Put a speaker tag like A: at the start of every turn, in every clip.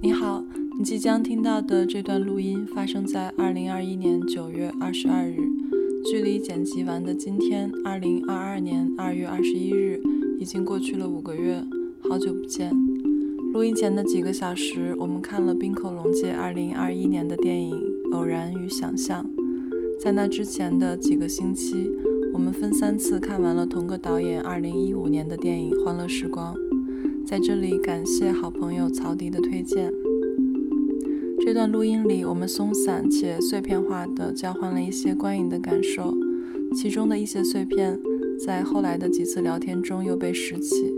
A: 你好，你即将听到的这段录音发生在二零二一年九月二十二日，距离剪辑完的今天，二零二二年二月二十一日，已经过去了五个月，好久不见。录音前的几个小时，我们看了冰口龙介二零二一年的电影《偶然与想象》。在那之前的几个星期，我们分三次看完了同个导演二零一五年的电影《欢乐时光》。在这里感谢好朋友曹迪的推荐。这段录音里，我们松散且碎片化地交换了一些观影的感受，其中的一些碎片在后来的几次聊天中又被拾起，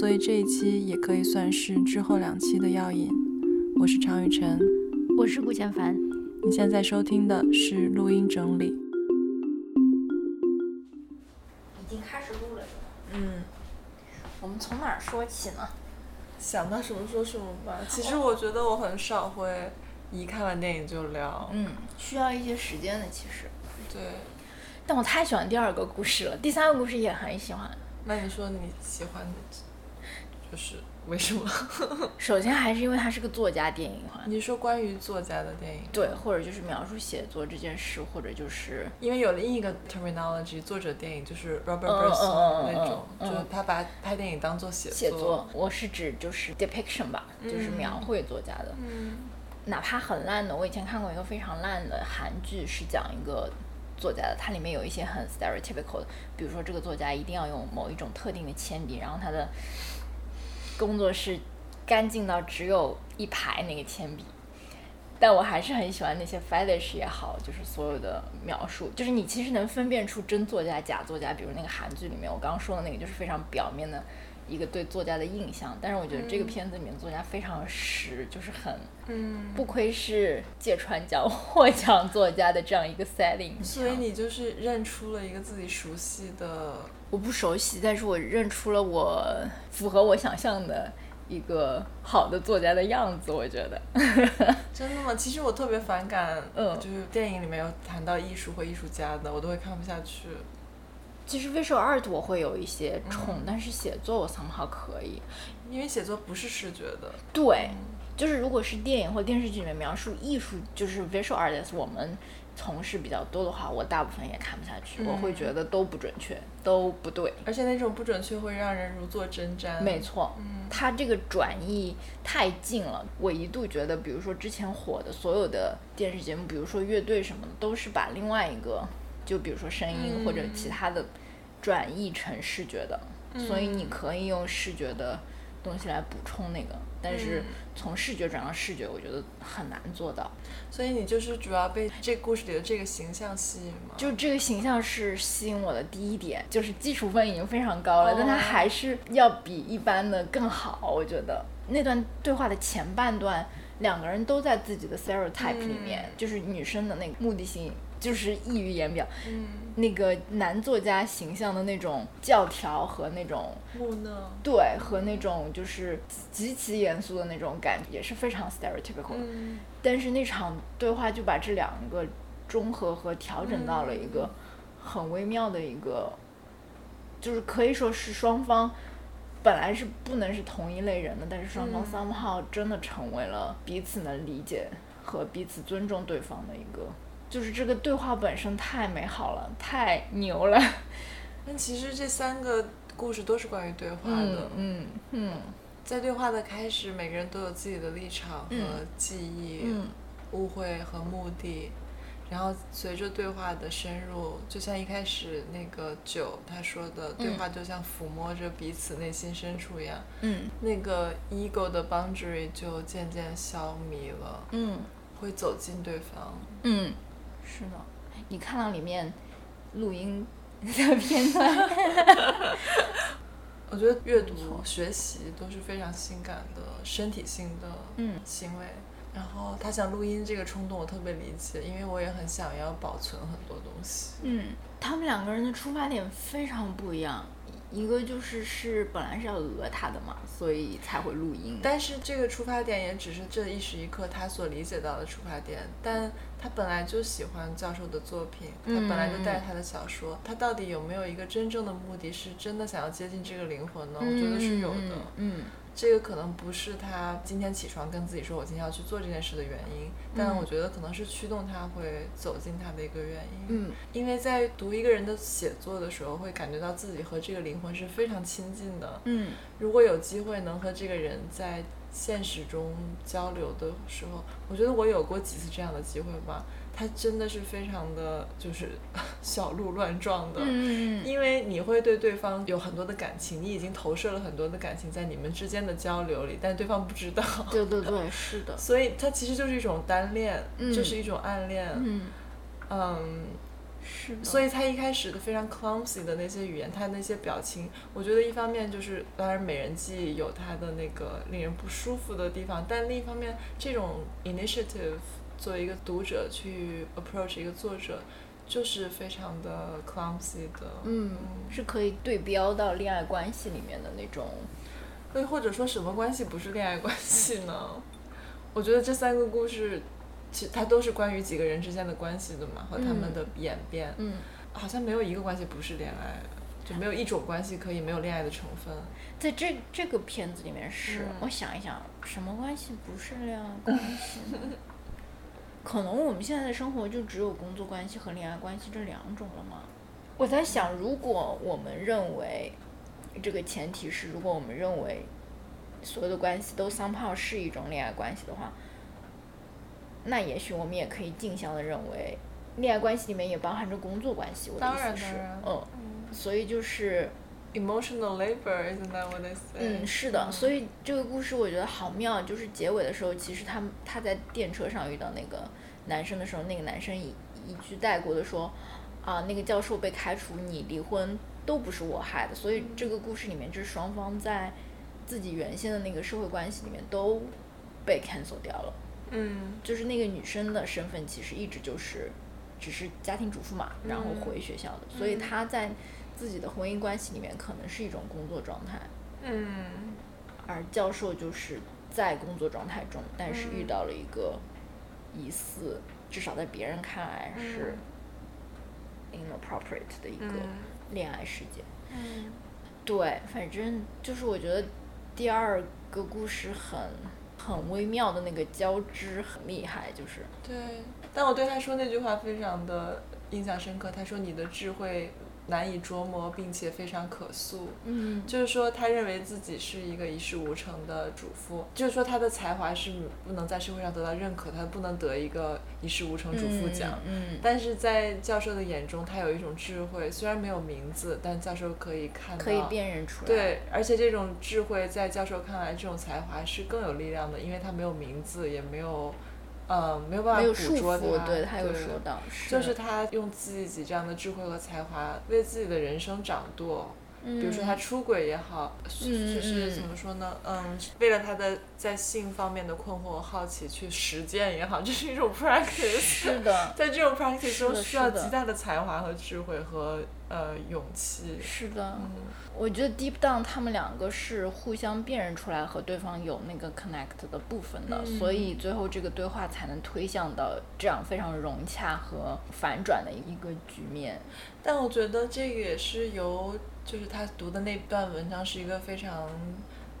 A: 所以这一期也可以算是之后两期的要引。我是常雨晨，
B: 我是顾千帆。
A: 你现在收听的是录音整理。
C: 已经开始录了，是吗？
D: 嗯，
C: 我们从哪儿说起呢？
D: 想到什么说什么
B: 哦
D: 吧。其实我觉得我很少会一看完电影就聊。
C: 嗯，需要一些时间的，其实。
D: 对，
B: 但我太喜欢第二个故事了，第三个故事也很喜欢。
D: 那你说你喜欢的，就是为什 么？
B: 首先还是因为它是个作家电影化，
D: 你说关于作家的电影，
B: 对，或者就是描述写作这件事，或者就是
D: 因为有另一个 terminology，作者电影就是 Robert
B: 嗯
D: Bresson、
B: 嗯嗯
D: 那种，
B: 嗯
D: 就是他把拍电影当做写作。
B: 写作。我是指就是 depiction 吧，就是
D: 嗯
B: 描绘作家的，
D: 嗯
B: 哪怕很烂的。我以前看过一个非常烂的韩剧，是讲一个。作家的，它里面有一些很 stereotypical 的，比如说这个作家一定要用某一种特定的铅笔，然后他的工作室干净到只有一排那个铅笔。但我还是很喜欢那些 fetish 也好，就是所有的描述，就是你其实能分辨出真作家、假作家。比如那个韩剧里面，我刚刚说的那个，就是非常表面的一个对作家的印象。但是我觉得这个片子里面作家非常实，就是很
D: 嗯。
B: 不愧是芥川奖获奖作家的这样一个 setting。
D: 所以你就是认出了一个自己熟悉的，
B: 我不熟悉，但是我认出了我符合我想象的一个好的作家的样子，我觉得。
D: 真的吗？其实我特别反感，
B: 嗯
D: 就是电影里面有谈到艺术或艺术家的，我都会看不下去。
B: 其实 visual art 我会有一些冲，但是写作我 somehow 可以。
D: 因为写作不是视觉的，
B: 对，就是如果是电影或电视剧里面描述艺术，就是 visual artist，我们从事比较多的话，我大部分也看不下去，我会觉得都不准确，都不对。
D: 而且那种不准确会让人嗯如坐针毡。
B: 没错，它这个转译太近了。我一度觉得，比如说之前火的所有的电视节目，比如说乐队什么的，都是把另外一个，就比如说声音
D: 嗯嗯
B: 或者其他的转译成视觉的，所以你可以用视觉的东西来补充那个，但是
D: 嗯
B: 从视觉转到视觉，我觉得很难做到。
D: 所以你就是主要被这故事里的这个形象吸引吗？
B: 就这个形象是吸引我的第一点，就是基础分已经非常高了，但它还是要比一般的更好。我觉得那段对话的前半段，两个人都在自己的 stereotype 里面，就是女生的那个目的性。就是溢于言表，
D: 嗯，
B: 那个男作家形象的那种教条和那种
D: 木讷。
B: 对和那种就是极其严肃的那种感觉，也是非常 stereotypical 的。
D: 嗯，
B: 但是那场对话就把这两个中和和调整到了一个很微妙的一个，就是可以说是双方本来是不能是同一类人的，但是双方 somehow 真的成为了彼此能理解和彼此尊重对方的一个，就是这个对话本身太美好了，太牛 了，
D: 但其实这三个故事都是关于对话的。
B: 嗯嗯
D: 在对话的开始，每个人都有自己的立场和
B: 嗯
D: 记忆、
B: 嗯
D: 误会和目的。然后随着对话的深入，就像一开始那个九他说的，对话就像抚摸着彼此内心深处一样，
B: 嗯
D: 那个 ego 的 boundary 就渐渐消弭了，
B: 嗯
D: 会走进对方。
B: 嗯，是的，你看到里面录音的片段。
D: 我觉得阅读、学习都是非常性感的、身体性的
B: 嗯
D: 行为。然后他想录音这个冲动，我特别理解，因为我也很想要保存很多东西。
B: 嗯，他们两个人的出发点非常不一样，一个就是是本来是要讹他的嘛，所以才会录音。
D: 但是这个出发点也只是这一时一刻他所理解到的出发点，但他本来就喜欢教授的作品，他
B: 嗯
D: 本来就带着他的小说，他到底有没有一个真正的目的，是真的想要接近这个灵魂呢？我觉得是有的。
B: 嗯，
D: 这个可能不是他今天起床跟自己说我今天要去做这件事的原因，但
B: 嗯
D: 我觉得可能是驱动他会走进他的一个原因。
B: 嗯，
D: 因为在读一个人的写作的时候，会感觉到自己和这个灵魂是非常亲近的。
B: 嗯，
D: 如果有机会能和这个人在现实中交流的时候，我觉得我有过几次这样的机会吧。他真的是非常的，就是 小鹿乱撞的，
B: 嗯嗯
D: 因为你会对对方有很多的感情，你已经投射了很多的感情在你们之间的交流里，但对方不知道，
B: 对对对，是的，
D: 所以它其实就是一种单恋，
B: 嗯
D: 就是一种暗恋，
B: 嗯，
D: 嗯
B: 是的，
D: 所
B: 以
D: 以他一开始的非常 clumsy 的那些语言，他那些表情，我觉得一方面就是，当然《美人计》有它的那个令人不舒服的地方，但另一方面，这种 initiative 作为一个读者去 approach 一个作者，就是非常的 clumsy 的，
B: 嗯，是可以对标到恋爱关系里面的那种，
D: 对，或者说什么关系不是恋爱关系呢？ 我觉得这三个故事，其实它都是关于几个人之间的关系的嘛，和他们的演变。
B: 嗯，
D: 好像没有一个关系不是恋爱的，就没有一种关系可以没有恋爱的成分。
B: 在这这个片子里面是，
D: 嗯
B: 我想一想，什么关系不是恋爱关系呢？ 可能我们现在的生活就只有工作关系和恋爱关系这两种了嘛。我在想，如果我们认为这个前提是，如果我们认为所有的关系都 somehow 是一种恋爱关系的话，那也许我们也可以镜像的认为，恋爱关系里面也包含着工作关系。我的
D: 当
B: 意
D: 然
B: 思是
D: 当然，
B: 嗯，所以就是。
D: Emotional labor isn't that what they say？
B: 嗯，是的，所以这个故事我觉得好妙，就是结尾的时候，其实他们他在电车上遇到那个男生的时候，那个男生一一句带过的说，啊，那个教授被开除，你离婚都不是我害的，所以这个故事里面，就是双方在自己原先的那个社会关系里面都被 cancel 掉了，
D: 嗯
B: 就是那个女生的身份其实一直就是只是家庭主妇嘛，然后回学校的，所以她在自己的婚姻关系里面可能是一种工作状态。
D: 嗯
B: 而教授就是在工作状态中，但是
D: 嗯
B: 遇到了一个疑似，至少在别人看来
D: 嗯
B: 是 inappropriate 的一个恋爱事件。
D: 嗯
B: 对，反正就是我觉得第二个故事很很微妙的那个交织很厉害，就是
D: 对。但我对他说那句话非常的印象深刻，他说你的智慧难以琢磨，并且非常可塑。
B: 嗯
D: 就是说，他认为自己是一个一事无成的主妇，就是说他的才华是不能在社会上得到认可，他不能得一个一事无成主妇奖。
B: 嗯
D: 但是在教授的眼中，他有一种智慧，虽然没有名字，但教授可以看到，
B: 可以辨认出来，，
D: 嗯对，而且这种智慧在教授看来，这种才华是更有力量的，因为他没有名字，也没有，呃，没有办
B: 没
D: 法
B: 有束
D: 捕捉
B: 缚，
D: 它。
B: 对他有说到，
D: 就是他用自己这样的智慧和才华，为自己的人生掌舵。比如说他出轨也好，是
B: 嗯
D: 就
B: 嗯
D: 是怎么说呢？嗯，为了他的在性方面的困惑、好奇去实践也好，这是 一种 practice。
B: 是的，
D: 在这种 practice
B: 是的
D: 中需要
B: 是的
D: 极大的才华和智慧和呃勇气。
B: 是的，
D: 嗯
B: 我觉得 deep down 他们两个是互相辨认出来和对方有那个 connect 的部分的，
D: 嗯
B: 所以最后这个对话才能推向到这样非常融洽和反转的一个局面。
D: 但我觉得这个也是由就是他读的那段文章是一个非常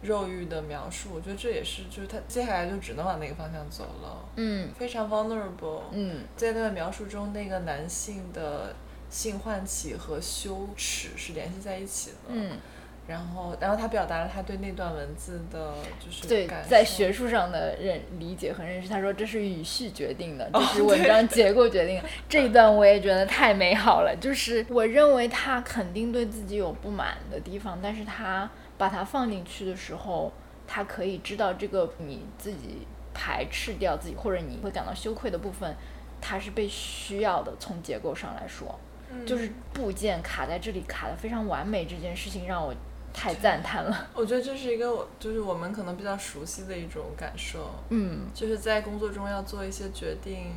D: 肉欲的描述，我觉得这也是就是他接下来就只能往那个方向走了，
B: 嗯
D: 非常 vulnerable。
B: 嗯
D: 在那段描述中，那个男性的性唤起和羞耻是联系在一起的。
B: 嗯，
D: 然后，然后他表达了他对那段文字的就是
B: 对
D: 感，受
B: 在学术上的认理解和认识，他说这是语序决定
D: 哦
B: 的，这是文章结构决定 的。这一段我也觉得太美好了，就是我认为他肯定对自己有不满的地方，但是他把它放进去的时候，他可以知道这个你自己排斥掉自己或者你会感到羞愧的部分，它是被需要的。从结构上来说，
D: 嗯
B: 就是部件卡在这里卡的非常完美，这件事情让我太赞叹了。
D: 我觉得这是一个我就是我们可能比较熟悉的一种感受，
B: 嗯
D: 就是在工作中要做一些决定，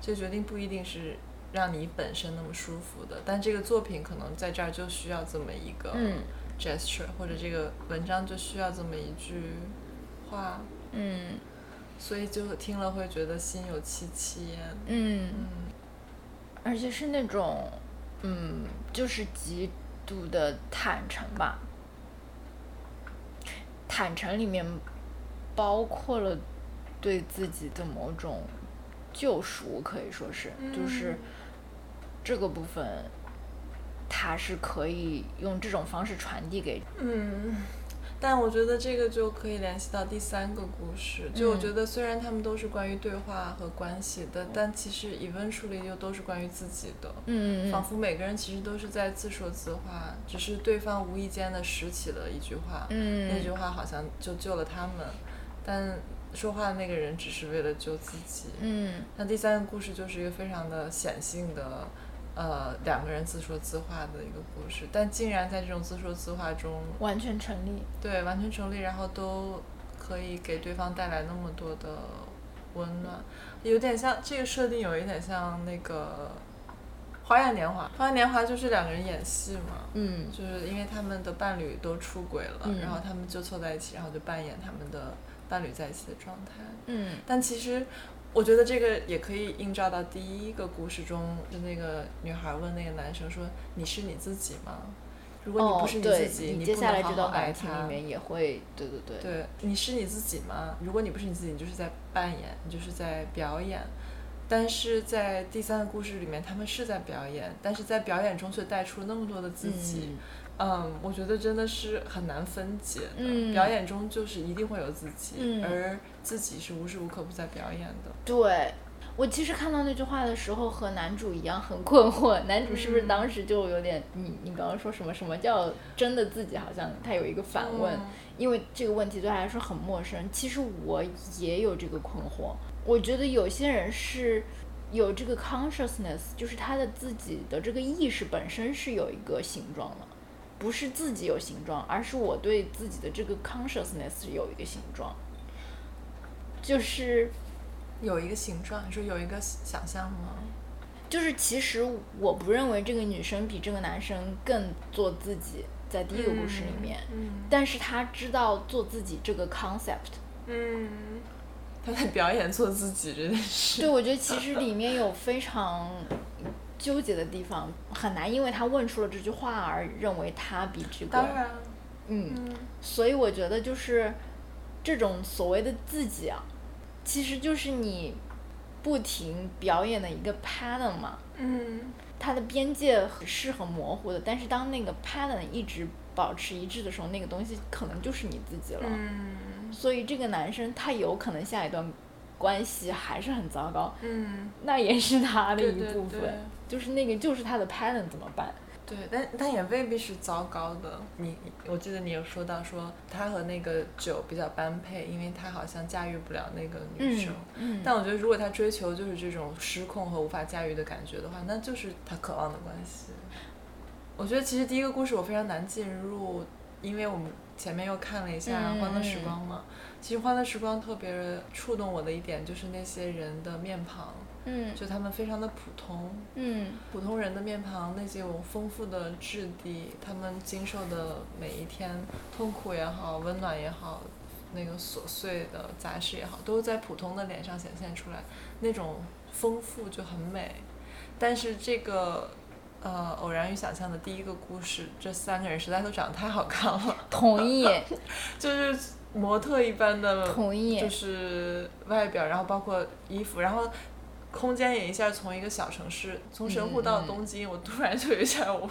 D: 这决定不一定是让你本身那么舒服的，但这个作品可能在这儿就需要这么一个
B: 嗯。
D: gesture，、或者这个文章就需要这么一句话。
B: 嗯，
D: 所以就听了会觉得心有戚戚焉。
B: 嗯，
D: 嗯，
B: 而且是那种，嗯，就是极度的坦诚吧。坦诚里面包括了对自己的某种救赎，可以说是，
D: 嗯
B: 就是这个部分，它是可以用这种方式传递给
D: 嗯，但我觉得这个就可以联系到第三个故事。就我
B: 嗯
D: 觉得，虽然他们都是关于对话和关系的，但其实 event 书里又都是关于自己的。
B: 嗯
D: 仿佛每个人其实都是在自说自话，只是对方无意间的拾起了一句话，
B: 嗯
D: 那句话好像就救了他们，但说话的那个人只是为了救自己。
B: 嗯
D: 那第三个故事就是一个非常的显性的，呃，两个人自说自话的一个故事，但竟然在这种自说自话中
B: 完全成立。
D: 对，完全成立，然后都可以给对方带来那么多的温暖，有点像这个设定，有一点像那个《花样年华》。《花样年华》就是两个人演戏嘛，
B: 嗯
D: 就是因为他们的伴侣都出轨了，
B: 嗯
D: 然后他们就凑在一起，然后就扮演他们的伴侣在一起的状态。
B: 嗯
D: 但其实我觉得这个也可以映照到第一个故事中，就那个女孩问那个男生说：“你是你自己吗？”如果你
B: 哦
D: 不是，你
B: 对
D: 自己，
B: 你
D: 你
B: 接
D: 不
B: 下来
D: 能
B: 这
D: 好好
B: 段
D: 爱
B: 感情里
D: 他。
B: 面也会，对对对，
D: 对，你是你自己吗？如果你不是你自己，你就是在扮演，你就是在表演。但是在第三个故事里面，他们是在表演，但是在表演中却带出那么多的自己。嗯我觉得真的是很难分解的。
B: 嗯
D: 表演中就是一定会有自己，
B: 嗯
D: 而自己是无时无刻不在表演的。
B: 对，我其实看到那句话的时候和男主一样很困惑，男主是
D: 嗯
B: 不是当时就有点，你你刚刚说什么什么叫真的自己，好像他有一个反问，
D: 嗯
B: 因为这个问题对他来说很陌生。其实我也有这个困惑，我觉得有些人是。有这个 consciousness，就是他的自己的这个意识本身是有一个形状的，不是自己有形状，而是我对自己的这个 consciousness 有一个形状，就是
D: 有一个形状，你说有一个想象吗？
B: 就是其实我不认为这个女生比这个男生更做自己，在第一个故事里面，
D: 嗯
B: 但是她知道做自己这个 concept。
D: 嗯，他在表演做自己这件 事。
B: 对，我觉得其实里面有非常纠结的地方，很难因为她问出了这句话而认为她比这个，
D: 当然，
B: 嗯，
D: 嗯，
B: 所以我觉得就是这种所谓的自己啊，其实就是你不停表演的一个 pattern 嘛，
D: 嗯，
B: 它的边界是很模糊的，但是当那个 pattern 一直保持一致的时候，那个东西可能就是你自己了。
D: 嗯，
B: 所以这个男生他有可能下一段关系还是很糟糕，
D: 嗯，
B: 那也是他的
D: 对
B: 一
D: 对
B: 部分，
D: 对
B: 就是那个就是他的 pattern 怎么办？
D: 对，但但也未必是糟糕的。你，我记得你有说到说他和那个酒比较般配，因为他好像驾驭不了那个女生。
B: 嗯，
D: 但我觉得，如果他追求就是这种失控和无法驾驭的感觉的话，那就是他渴望的关系。我觉得其实第一个故事我非常难进入，因为我们前面又看了一下
B: 嗯
D: 《欢乐时光》嘛。其实《欢乐时光》特别触动我的一点就是那些人的面庞，
B: 嗯
D: 就他们非常的普通，
B: 嗯
D: 普通人的面庞那些种丰富的质地，他们经受的每一天痛苦也好，温暖也好，那个琐碎的杂事也好，都在普通的脸上显现出来，那种丰富就很美。但是这个。呃，偶然与想象的第一个故事，这三个人实在都长得太好看了，
B: 同意
D: 就是模特一般的
B: 同意
D: 嗯就，是外表，然后包括衣服，然后空间也一下从一个小城市，从神户到东京，我突然就有一下我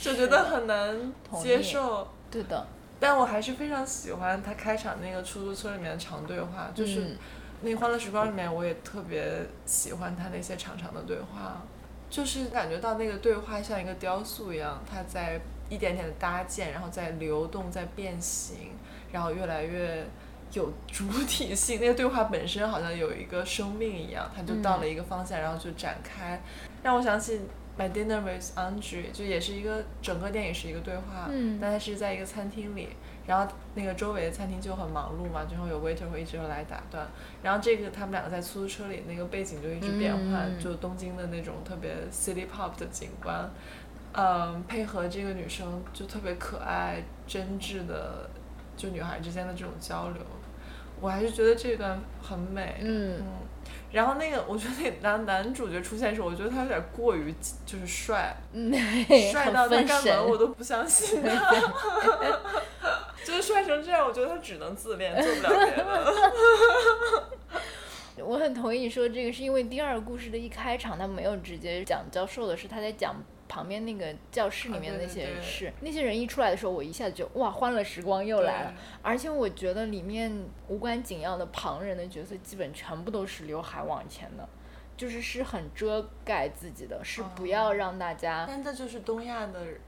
D: 就觉得很难接受。
B: 嗯对的，
D: 但我还是非常喜欢他开场那个出租车里面的长对话，就是
B: 嗯
D: 那《个《欢乐时光》里面，我也特别喜欢他那些长长的对话，就是感觉到那个对话像一个雕塑一样，它在一点点的搭建，然后在流动，在变形，然后越来越有主体性。那个对话本身好像有一个生命一样，它就到了一个方向，然后就展开，让我想起。My dinner with Andre 就也是一个整个电影是一个对话，
B: 嗯
D: 但它是在一个餐厅里，然后那个周围的餐厅就很忙碌嘛，就会有 waiter 会一直来打断，然后这个他们两个在出租车里那个背景就一直变换，
B: 嗯
D: 就东京的那种特别 city pop 的景观，嗯，配合这个女生就特别可爱真挚的，就女孩之间的这种交流，我还是觉得这段很美。
B: 嗯，
D: 然后那个，我觉得那男男主角出现的时候，我觉得他有点过于就是帅，
B: 嗯，
D: 帅
B: 很
D: 到他
B: 分
D: 干嘛我
B: 神。
D: 都不相信 他，就是帅成这样，我觉得他只能自恋，做不了 别的。
B: 我很同意你说这个，是因为第二个故事的一开场，他没有直接讲教授的事，他在讲。旁边那个教室里面
D: 啊
B: 那
D: 对
B: 些
D: 对对
B: 事，那些人一出来的时候，我一下就哇，欢乐时光又来了
D: 对。
B: 而且我觉得里面无关紧要的旁人的角色，基本全部都是刘海往前的，就是是很遮盖自己的，是不要让大家
D: 但这就是东亚的人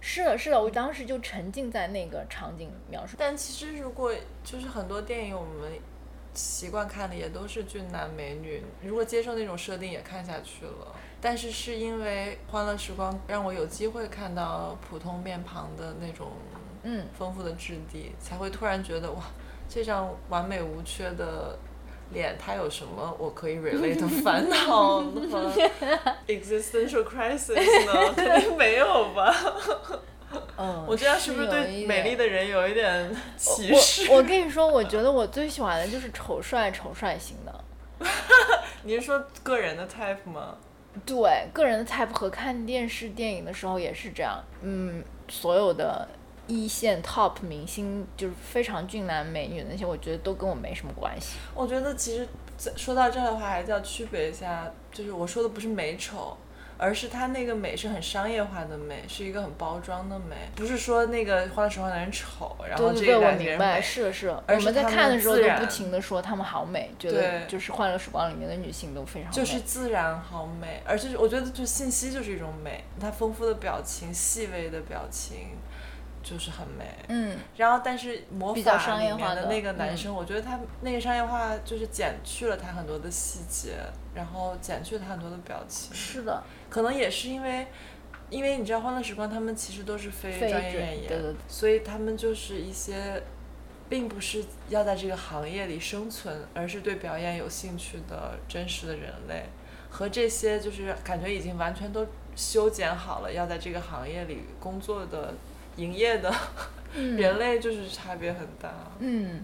B: 是的，是的，我当时就沉浸在那个场景描述。
D: 但其实如果就是很多电影我们习惯看的也都是俊男美女，如果接受那种设定也看下去了。但是是因为《欢乐时光》让我有机会看到普通面庞的那种
B: 嗯，
D: 丰富的质地，才会突然觉得哇，这张完美无缺的脸，它有什么我可以 relate 的烦恼 和 existential crisis 呢？肯定没有吧？
B: 嗯
D: 我这样是不是对美丽的人有一点歧视？
B: 我我跟你说，我觉得我最喜欢的就是丑帅丑帅型的，
D: 你是说个人的 type 吗？
B: 对个人的 type 和看电视电影的时候也是这样。嗯，所有的一线 top 明星就是非常俊男美女的那些，我觉得都跟我没什么关系。
D: 我觉得其实在说到这儿的话，还是要区别一下，就是我说的不是美丑。而是它那个美是很商业化的美，是一个很包装的美，不是说那个《花的时候的人丑，然后
B: 对
D: 这
B: 对
D: 个
B: 对，我
D: 男
B: 明
D: 人
B: 白，
D: 美，
B: 是的是的。
D: 而
B: 我
D: 是
B: 们在
D: 她们
B: 看的时候
D: 自
B: 都
D: 然
B: 不停的说她们好美，觉得
D: 对
B: 就是《欢乐时光》里面的女性都非常美。
D: 就是自然好美，而且我觉得就信息就是一种美，它丰富的表情、细微的表情，就是很美。
B: 嗯，
D: 然后，但是魔
B: 比较
D: 法
B: 商
D: 里
B: 业
D: 面
B: 化的嗯
D: 的那个男生，我觉得他那个商业化就是减去了他很多的细节，然后减去了他很多的表情，
B: 是的，
D: 可能也是因为。因为你知道《欢乐时光》，他们其实都是非
B: 非
D: 专业
B: 专
D: 演员，
B: 对对对
D: 所以他们就是一些，并不是要在这个行业里生存，而是对表演有兴趣的真实的人类，和这些就是感觉已经完全都修剪好了要在这个行业里工作的、营业的 人类，就是差别很大。
B: 嗯，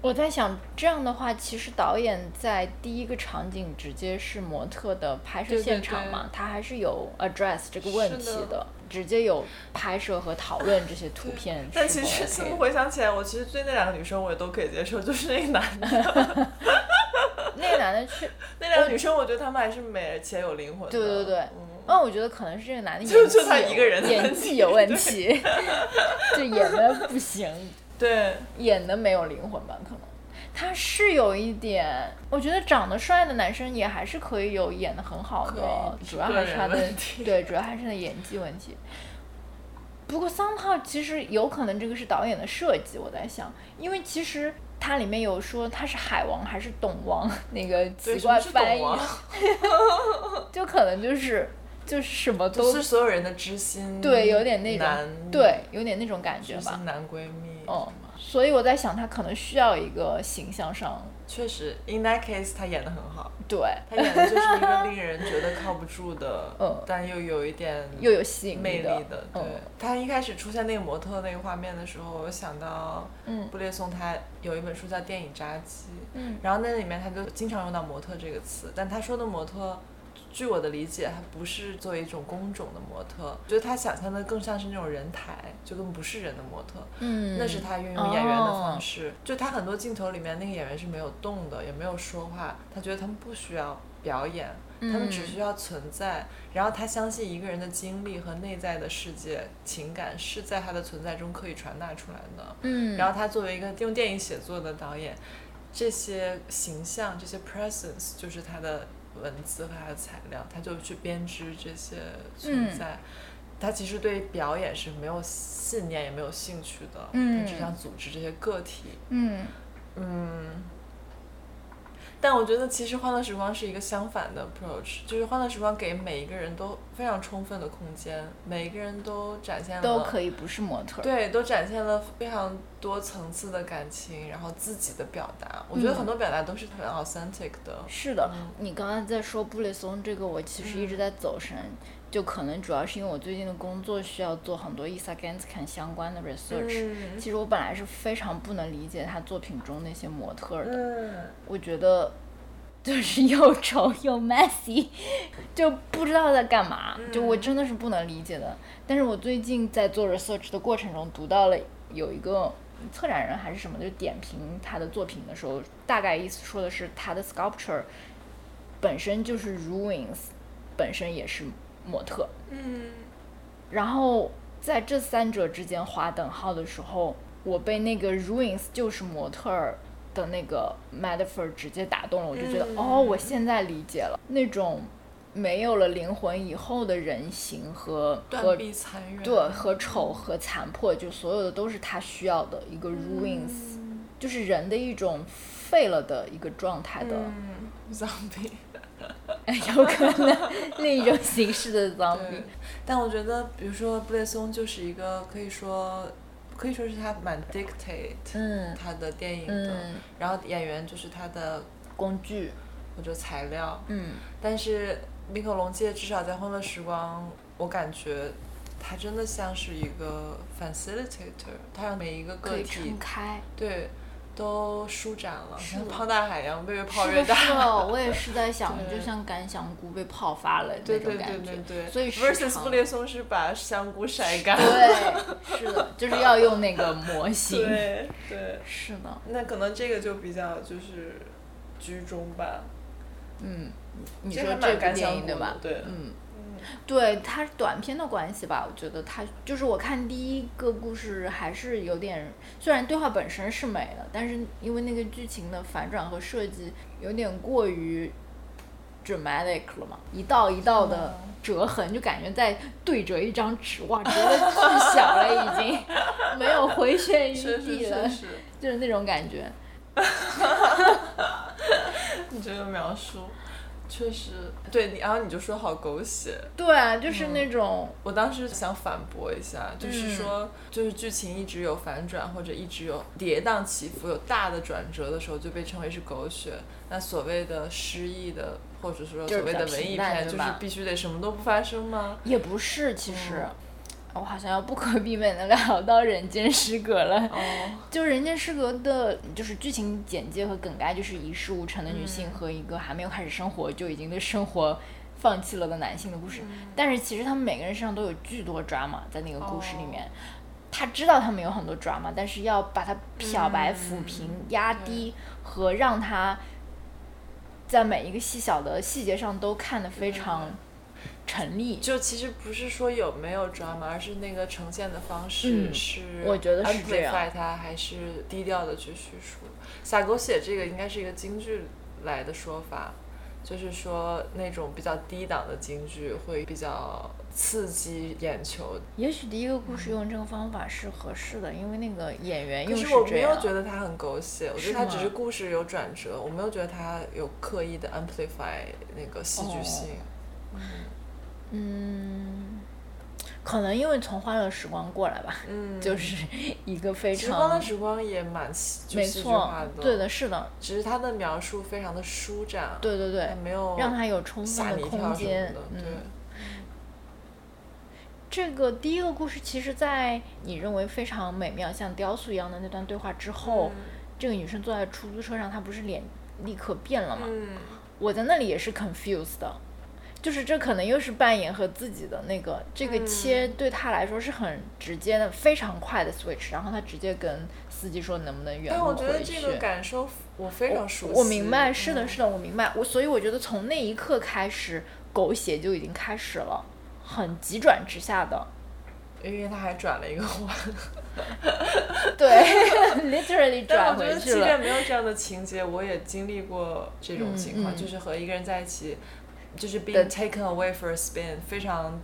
B: 我在想，这样的话，其实导演在第一个场景直接是模特的拍摄
D: 对对
B: 现场嘛，
D: 对
B: 他还是有 address 这个问题
D: 是的
B: 直接有拍摄和讨论这些图片
D: 但
B: 是
D: 其
B: 否 OK
D: 实现在
B: 的
D: 回想起来，我其实对那两个女生我也都可以接受，就是那个 男的，
B: 那个男的 去，
D: 那两个女生，我觉得她们还是美且有灵魂的。
B: 对对对，
D: 嗯
B: 那、我觉得可能是这个男的演技
D: 就就他
B: 有
D: 一个人的
B: 演
D: 问
B: 技
D: 题
B: 有问题， 就演的不行，
D: 对，
B: 演的没有灵魂吧？可能他是有一点，我觉得长得帅的男生也还是可以有演的很好的，
D: 可以
B: 主要还是他的
D: 个人问题
B: 对，主要还是他的演技问题。不过 somehow 其实有可能这个是导演的设计，我在想，因为其实它里面有说他是海王还是董王那个奇
D: 对
B: 怪
D: 什么是
B: 翻译啊
D: 懂，王啊
B: 就可能就是就是什么都
D: 是所有人的知心，
B: 对，有点那
D: 男
B: 种，对，有点那种感觉
D: 知
B: 吧
D: 心。男闺蜜，
B: 嗯，所以我在想，他可能需要一个形象上，
D: 确实，in that case，他演的很好，
B: 对，
D: 他演的就是一 个令人觉得靠不住的，
B: 嗯
D: 但又有一点
B: 又有吸引
D: 魅
B: 力
D: 力
B: 的，
D: 的，对
B: 嗯，
D: 他一开始出现那个模特那个画面的时候，我想到
B: 嗯
D: 布列松他有一本书叫《电影扎基》，
B: 嗯
D: 然后那里面他就经常用到模特这个词，但他说的模特。据我的理解，他不是作为一种工种的模特，觉得他想象的更像是那种人台，就跟不是人的模特。
B: 嗯，
D: 那是他运用演员的
B: 哦
D: 方式。就他很多镜头里面，那个演员是没有动的，也没有说话。他觉得他们不需要表演，他们只
B: 嗯
D: 需要存在。然后他相信一个人的经历和内在的世界、情感是在他的存在中可以传达出来的。
B: 嗯，
D: 然
B: 后
D: 后他作为一个用电影写作的导演，这些形象、这些 presence 就是他的文字和他的材料，他就去编织这些
B: 嗯
D: 存在。他其实对表演是没有信念也没有兴趣的，
B: 嗯
D: 他只想组织这些个体。
B: 嗯
D: 嗯，但我觉得其实《欢乐时光》是一个相反的 approach，就是《欢乐时光》给每一个人都非常充分的空间，每一个人都展现了
B: 都可以不是模特，，
D: 对，都展现了非常多层次的感情，然后自己的表达。我觉得很多表达都是很 authentic 的。
B: 嗯是的，
D: 嗯
B: 你刚刚在说布列松这个，我其实一直在走神，
D: 嗯
B: 就可能主要是因为我最近的工作需要做很多伊萨甘斯坎相关的 research、
D: 嗯
B: 其实我本来是非常不能理解他作品中那些模特儿的，
D: 嗯，
B: 我觉得就是又丑又 messy，就不知道在干嘛，就我真的是不能理解的。但是我最近在做 research 的过程中，读到了有一个策展人还是什么，就点评他的作品的时候，大概意思说的是他的 sculpture 本身就是 ruins，本身也是模特，
D: 嗯，
B: 然后在这三者之间划等号的时候，我被那个 ruins 就是模特儿的那个 metaphor 直接打动了，我就觉得、
D: 嗯
B: 哦，我现在理解了那种没有了灵魂以后的人形和和
D: 断壁残垣。
B: 对和丑和残破，就所有的都是他需要的一个 ruins，、就是
D: 嗯
B: 人的一种废了的一个状态的，
D: 嗯，zombie。
B: 有可能另一种形式 的 zombie
D: 嗯对。，但我觉得，比如说布列松就是一个可以说，可以说是他蛮 dictate
B: 嗯
D: 他的电影的，
B: 嗯，
D: 然后演员就是他的
B: 工具，
D: 或者材料，
B: 嗯。
D: 但是米可龙介至少在《欢乐时光》，我感觉他真的像是一个 facilitator，他让每一个
B: 可
D: 个
B: 以
D: 体
B: 撑开，
D: 对都舒展了，
B: 是
D: 像
B: 的
D: 泡大海一样，被越泡
B: 是
D: 越
B: 的，
D: 大。
B: 是的，我也是在想，
D: 对
B: 就像干香菇被泡发了那
D: 对
B: 种
D: 对
B: 感
D: 对
B: 觉，
D: 对 对，
B: 所以时
D: versus
B: 常
D: 布列松是把香菇晒干。
B: 对，是的，就是要用那个模型，
D: 对对，
B: 是的，
D: 那可能这个就比较就是居中吧。
B: 嗯，你
D: 这
B: 说
D: 还
B: 这
D: 蛮
B: 部
D: 干
B: 电
D: 香
B: 影
D: 菇
B: 对
D: 的
B: 吧？
D: 对
B: 嗯，对它短片的关系吧，我觉得它就是我看第一个故事还是有点，虽然对话本身是美的，但是因为那个剧情的反转和设计有点过于 dramatic 了嘛，一道一道的
D: 嗯
B: 折痕，就感觉在对折一张纸，哇，折的巨小了，已经 没有回旋余
D: 是是
B: 地
D: 是
B: 了，
D: 是，
B: 就是那种感觉。
D: 你这个描述确实对你，然后你就说好狗血。
B: 对啊，就是
D: 嗯
B: 那种，
D: 我当时想反驳一下，就是
B: 嗯
D: 说，就是剧情一直有反转或者一直有跌宕起伏、有大的转折的时候，就被称为是狗血。那所谓的诗意的，或者说
B: 就是
D: 所
B: 比
D: 谓
B: 较
D: 的文艺
B: 平淡对
D: 片，就是
B: 吧
D: 必须得什么都不发生吗？
B: 也不是，其实、我好像要不可避免的聊到《人间失格》了。
D: 哦，
B: 就是《人间失格》的，就是剧情简介和梗概，就是一事无成的女性和一个还没有开始生活就已经对生活放弃了的男性的故事。但是其实他们每个人身上都有巨多 drama，在那个故事里面，他知道他们有很多 drama，但是要把它漂白、抚平、压低和让他在每一个细小的细节上都看得非常成立。
D: 就其实不是说有没有 drama，而是那个呈现的方式
B: 嗯
D: 是、
B: 我觉得是这样
D: 它还是低调的去叙述。撒狗血这个应该是一个京剧来的说法，就是说那种比较低档的京剧会比较刺激眼球。
B: 也许第一个故事用这个方法是合适的，因为那个演员
D: 可
B: 哎又
D: 是我
B: 这
D: 没有
B: 样。
D: 觉得它很狗血，我觉
B: 是
D: 得它只
B: 吗
D: 是故事有转折，我没有觉得它有刻意的 amplify 那个戏
B: 哦
D: 剧性。
B: 嗯，可能因为从《欢乐时光》过来吧，
D: 嗯，
B: 就是一个非
D: 其实《光
B: 常
D: 的时光》也蛮戏就
B: 没
D: 戏剧化
B: 错，对的，是的，
D: 只是他的描述非常的舒展，
B: 对对对
D: 但，没有
B: 让他有充分
D: 嗯吓
B: 的
D: 你一
B: 空
D: 跳什么
B: 间
D: 的，。
B: 嗯，
D: 对，
B: 这个第一个故事，其实，在你认为非常美妙、像雕塑一样的那段对话之后，
D: 嗯
B: 这个女生坐在出租车上，她不是脸立刻变了吗？
D: 嗯，
B: 我在那里也是 confused 的，就是这可能又是扮演和自己的那个这个切
D: 嗯
B: 对他来说是很直接的、非常快的 switch，然后他直接跟司机说能不能原
D: 但
B: 路
D: 我觉得
B: 回
D: 这
B: 去。
D: 个感受我非常熟悉，
B: 我我明白，是的，
D: 嗯
B: 是的，我明白。我所以我觉得从那一刻开始，狗血就已经开始了，很急转直下 的。
D: 因为他还转了一个弯，
B: 对，literally
D: 但
B: 转
D: 我觉
B: 回
D: 得
B: 去
D: 即便
B: 了。
D: 没有这样的情节，我也经历过这种情况，
B: 嗯嗯
D: 就是和一个人在一起，就是 being
B: 的
D: taken away for a spin，非常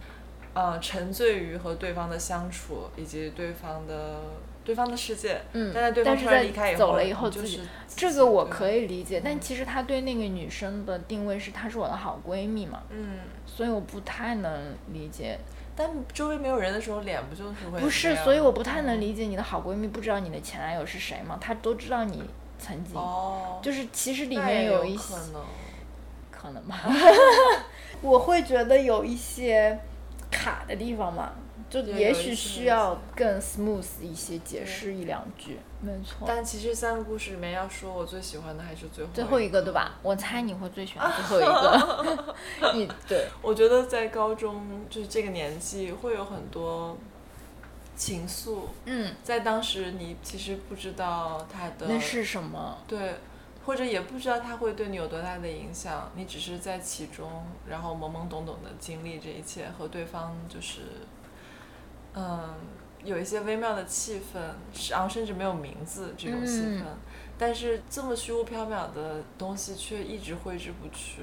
D: 呃沉醉于和对方的相处以及对方的对方的世界，
B: 嗯
D: 但在对方
B: 但是
D: 突然
B: 在
D: 离开以后，
B: 走了以后
D: 你就
B: 自己
D: 是
B: 这个我可
D: 以，
B: 以理解，但其实他对那个女生的定位是她是我的好闺蜜嘛，
D: 嗯。
B: 所以我不太能理解
D: 但周围没有人的时候，脸不就是会
B: 不
D: 那
B: 是，
D: 样嗯
B: 所以我不太能理解你的好闺蜜不知道你的前男友是谁吗？她都知道你曾经，
D: 哦，
B: 就是其实里
D: 那
B: 面
D: 也有
B: 一些可
D: 可能，
B: 能 吧，我会觉得有一些卡的地方嘛，就
D: 对
B: 也
D: 有
B: 许
D: 一些
B: 需要更 smooth 一些，解释一两句。没错，
D: 但其实三个故事里面要说，我最喜欢的还是最后
B: 最后一个对吧？我猜你会最喜欢最后一 个，你对，
D: 我觉得在高中就是这个年纪会有很多情愫，
B: 嗯，
D: 在当时你其实不知道他的
B: 那是什么？
D: 对，或者也不知道他会对你有多大的影响，你只是在其中，然后懵懵懂懂的经历这一切，和对方就是，嗯，有一些微妙的气氛，是然后甚至没有名字这种气氛，但是这么虚无缥缈的东西却一直挥之不去，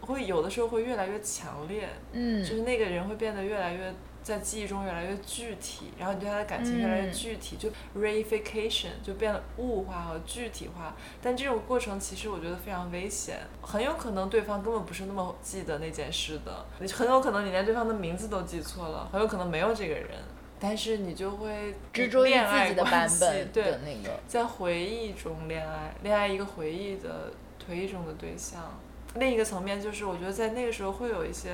D: 会有的时候会越来越强烈，就
B: 嗯
D: 是那个人会变得越来越在记忆中越来越具体，然后你对他的感情越来越
B: 嗯
D: 具体，就 reification 就变得物化和具体化。但这种过程其实我觉得非常危险，很有可能对方根本不是那么记得那件事的，你很有可能你连对方的名字都记错了，很有可能没有这个人，但是你就会
B: 执着于
D: 恋
B: 自
D: 爱
B: 己的
D: 关
B: 版
D: 系
B: 本
D: 对
B: 的，那个，
D: 在回忆中恋爱，恋爱一个回忆的回忆中的对象。另一个层面就是，我觉得在那个时候会有一些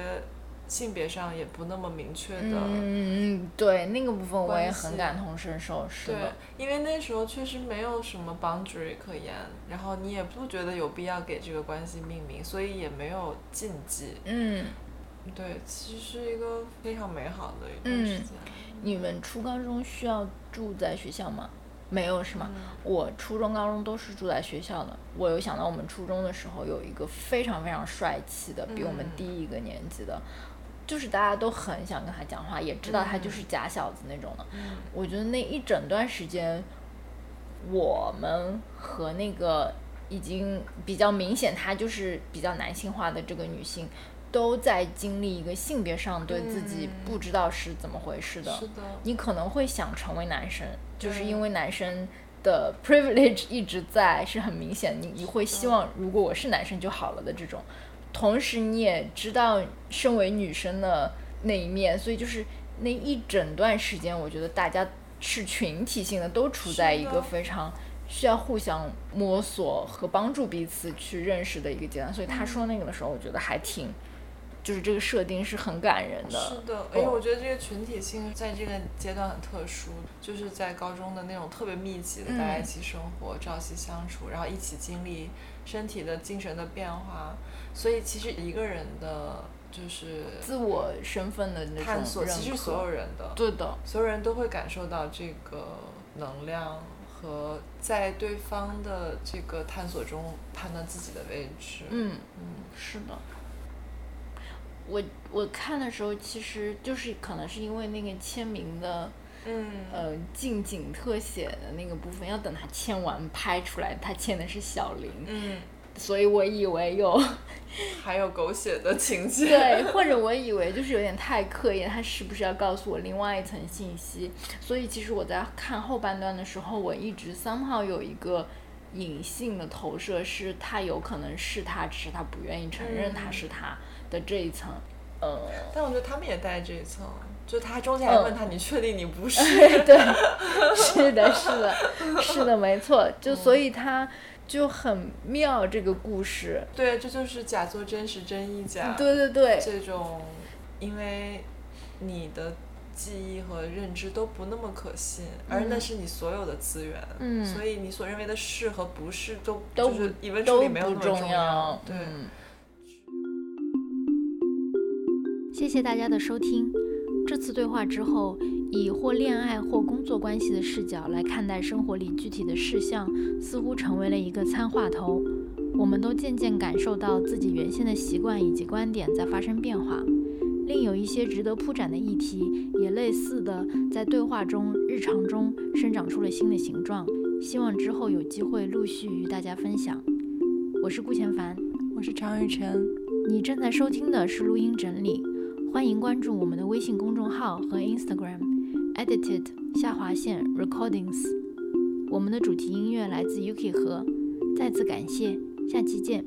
D: 性别上也不那么明确的，
B: 嗯嗯嗯，对那个部分我也
D: 关
B: 很
D: 系
B: 感同身受，是
D: 对
B: 的，，
D: 因为那时候确实没有什么 boundary 可言，然后你也不觉得有必要给这个关系命名，所以也没有禁忌。
B: 嗯。
D: 对，其实是一个非常美好的一段时间。
B: 你们初高中需要住在学校吗？没有是吗？
D: 嗯
B: 我初中、高中都是住在学校的。我有想到我们初中的时候有一个非常非常帅气的，比我们
D: 嗯
B: 低一个年级的，就是大家都很想跟他讲话，也知道他就是假小子那种的。
D: 嗯
B: 我觉得那一整段时间，我们和那个已经比较明显，她就是比较男性化的这个女性，都在经历一个性别上对自己
D: 嗯
B: 不知道是怎么回事的。
D: 是的，
B: 你可能会想成为男生，就是
D: 对
B: 因为男生的 privilege 一直在，是很明显，你你会希望如果我是男生就好了的这种。同时，你也知道身为女生的那一面，所以就是那一整段时间，我觉得大家是群体性的，都处在一
D: 是
B: 个
D: 的
B: 非常需要互相摸索和帮助彼此去认识的一个阶段。所以
D: 嗯
B: 他说那个的时候，我觉得还挺，就是这个设定是很感人的。
D: 是的，哦而
B: 嗯
D: 且我觉得这个群体性在这个阶段很特殊，就是在高中的那种特别密集的，
B: 嗯
D: 大家一起生活、朝夕相处，然后一起经历身体的、精神的变化，所以其实一个人的就是
B: 自我身份的那种
D: 探索，
B: 认
D: 其实
B: 可
D: 所有人的，
B: 对的，
D: 所有人都会感受到这个能量和在对方的这个探索中判断自己的位置。
B: 嗯，
D: 嗯
B: 是的。我我看的时候，其实就是可能是因为那个签名的
D: 嗯
B: 呃近景特写的那个部分，要等他签完拍出来，他签的是小林，
D: 嗯，
B: 所以我以为有
D: 还有狗血的情节。
B: 对，或者我以为就是有点太刻意，他是不是要告诉我另外一层信息？所以其实我在看后半段的时候，我一直 somehow 有一个隐性的投射，是他有可能是他，只是他不愿意承认他
D: 嗯
B: 是他的这一层。呃，
D: 但我觉得他们也带这一层，啊就他中间还
B: 嗯
D: 问他：“你确定你不是
B: 对，是的，是的，是的，没错。就
D: 嗯
B: 所以他就很妙这个故事，？”
D: 对，啊这就是假作真实真亦假。
B: 对对对，
D: 这种，因为你的记忆和认知都不那么可信，而那是你所有的资源。
B: 嗯
D: 所以你所认为的是和不是都
B: 都
D: 就
B: 不
D: 是疑问处
B: 都
D: 理没有那
B: 不
D: 么
B: 重
D: 要。对，
B: 嗯
E: 谢谢大家的收听。这次对话之后，以或恋爱或工作关系的视角来看待生活里具体的事项，似乎成为了一个参话头。我们都渐渐感受到自己原先的习惯以及观点在发生变化。另有一些值得铺展的议题，也类似的在对话中、日常中生长出了新的形状。希望之后有机会陆续与大家分享。我是顾前凡。
A: 我是常雨晨，
E: 你正在收听的是录音整理，欢迎关注我们的微信公众号和 Instagram edited 下划线 recordings。我们的主题音乐来自 Yuki 和，再次感谢，下期见。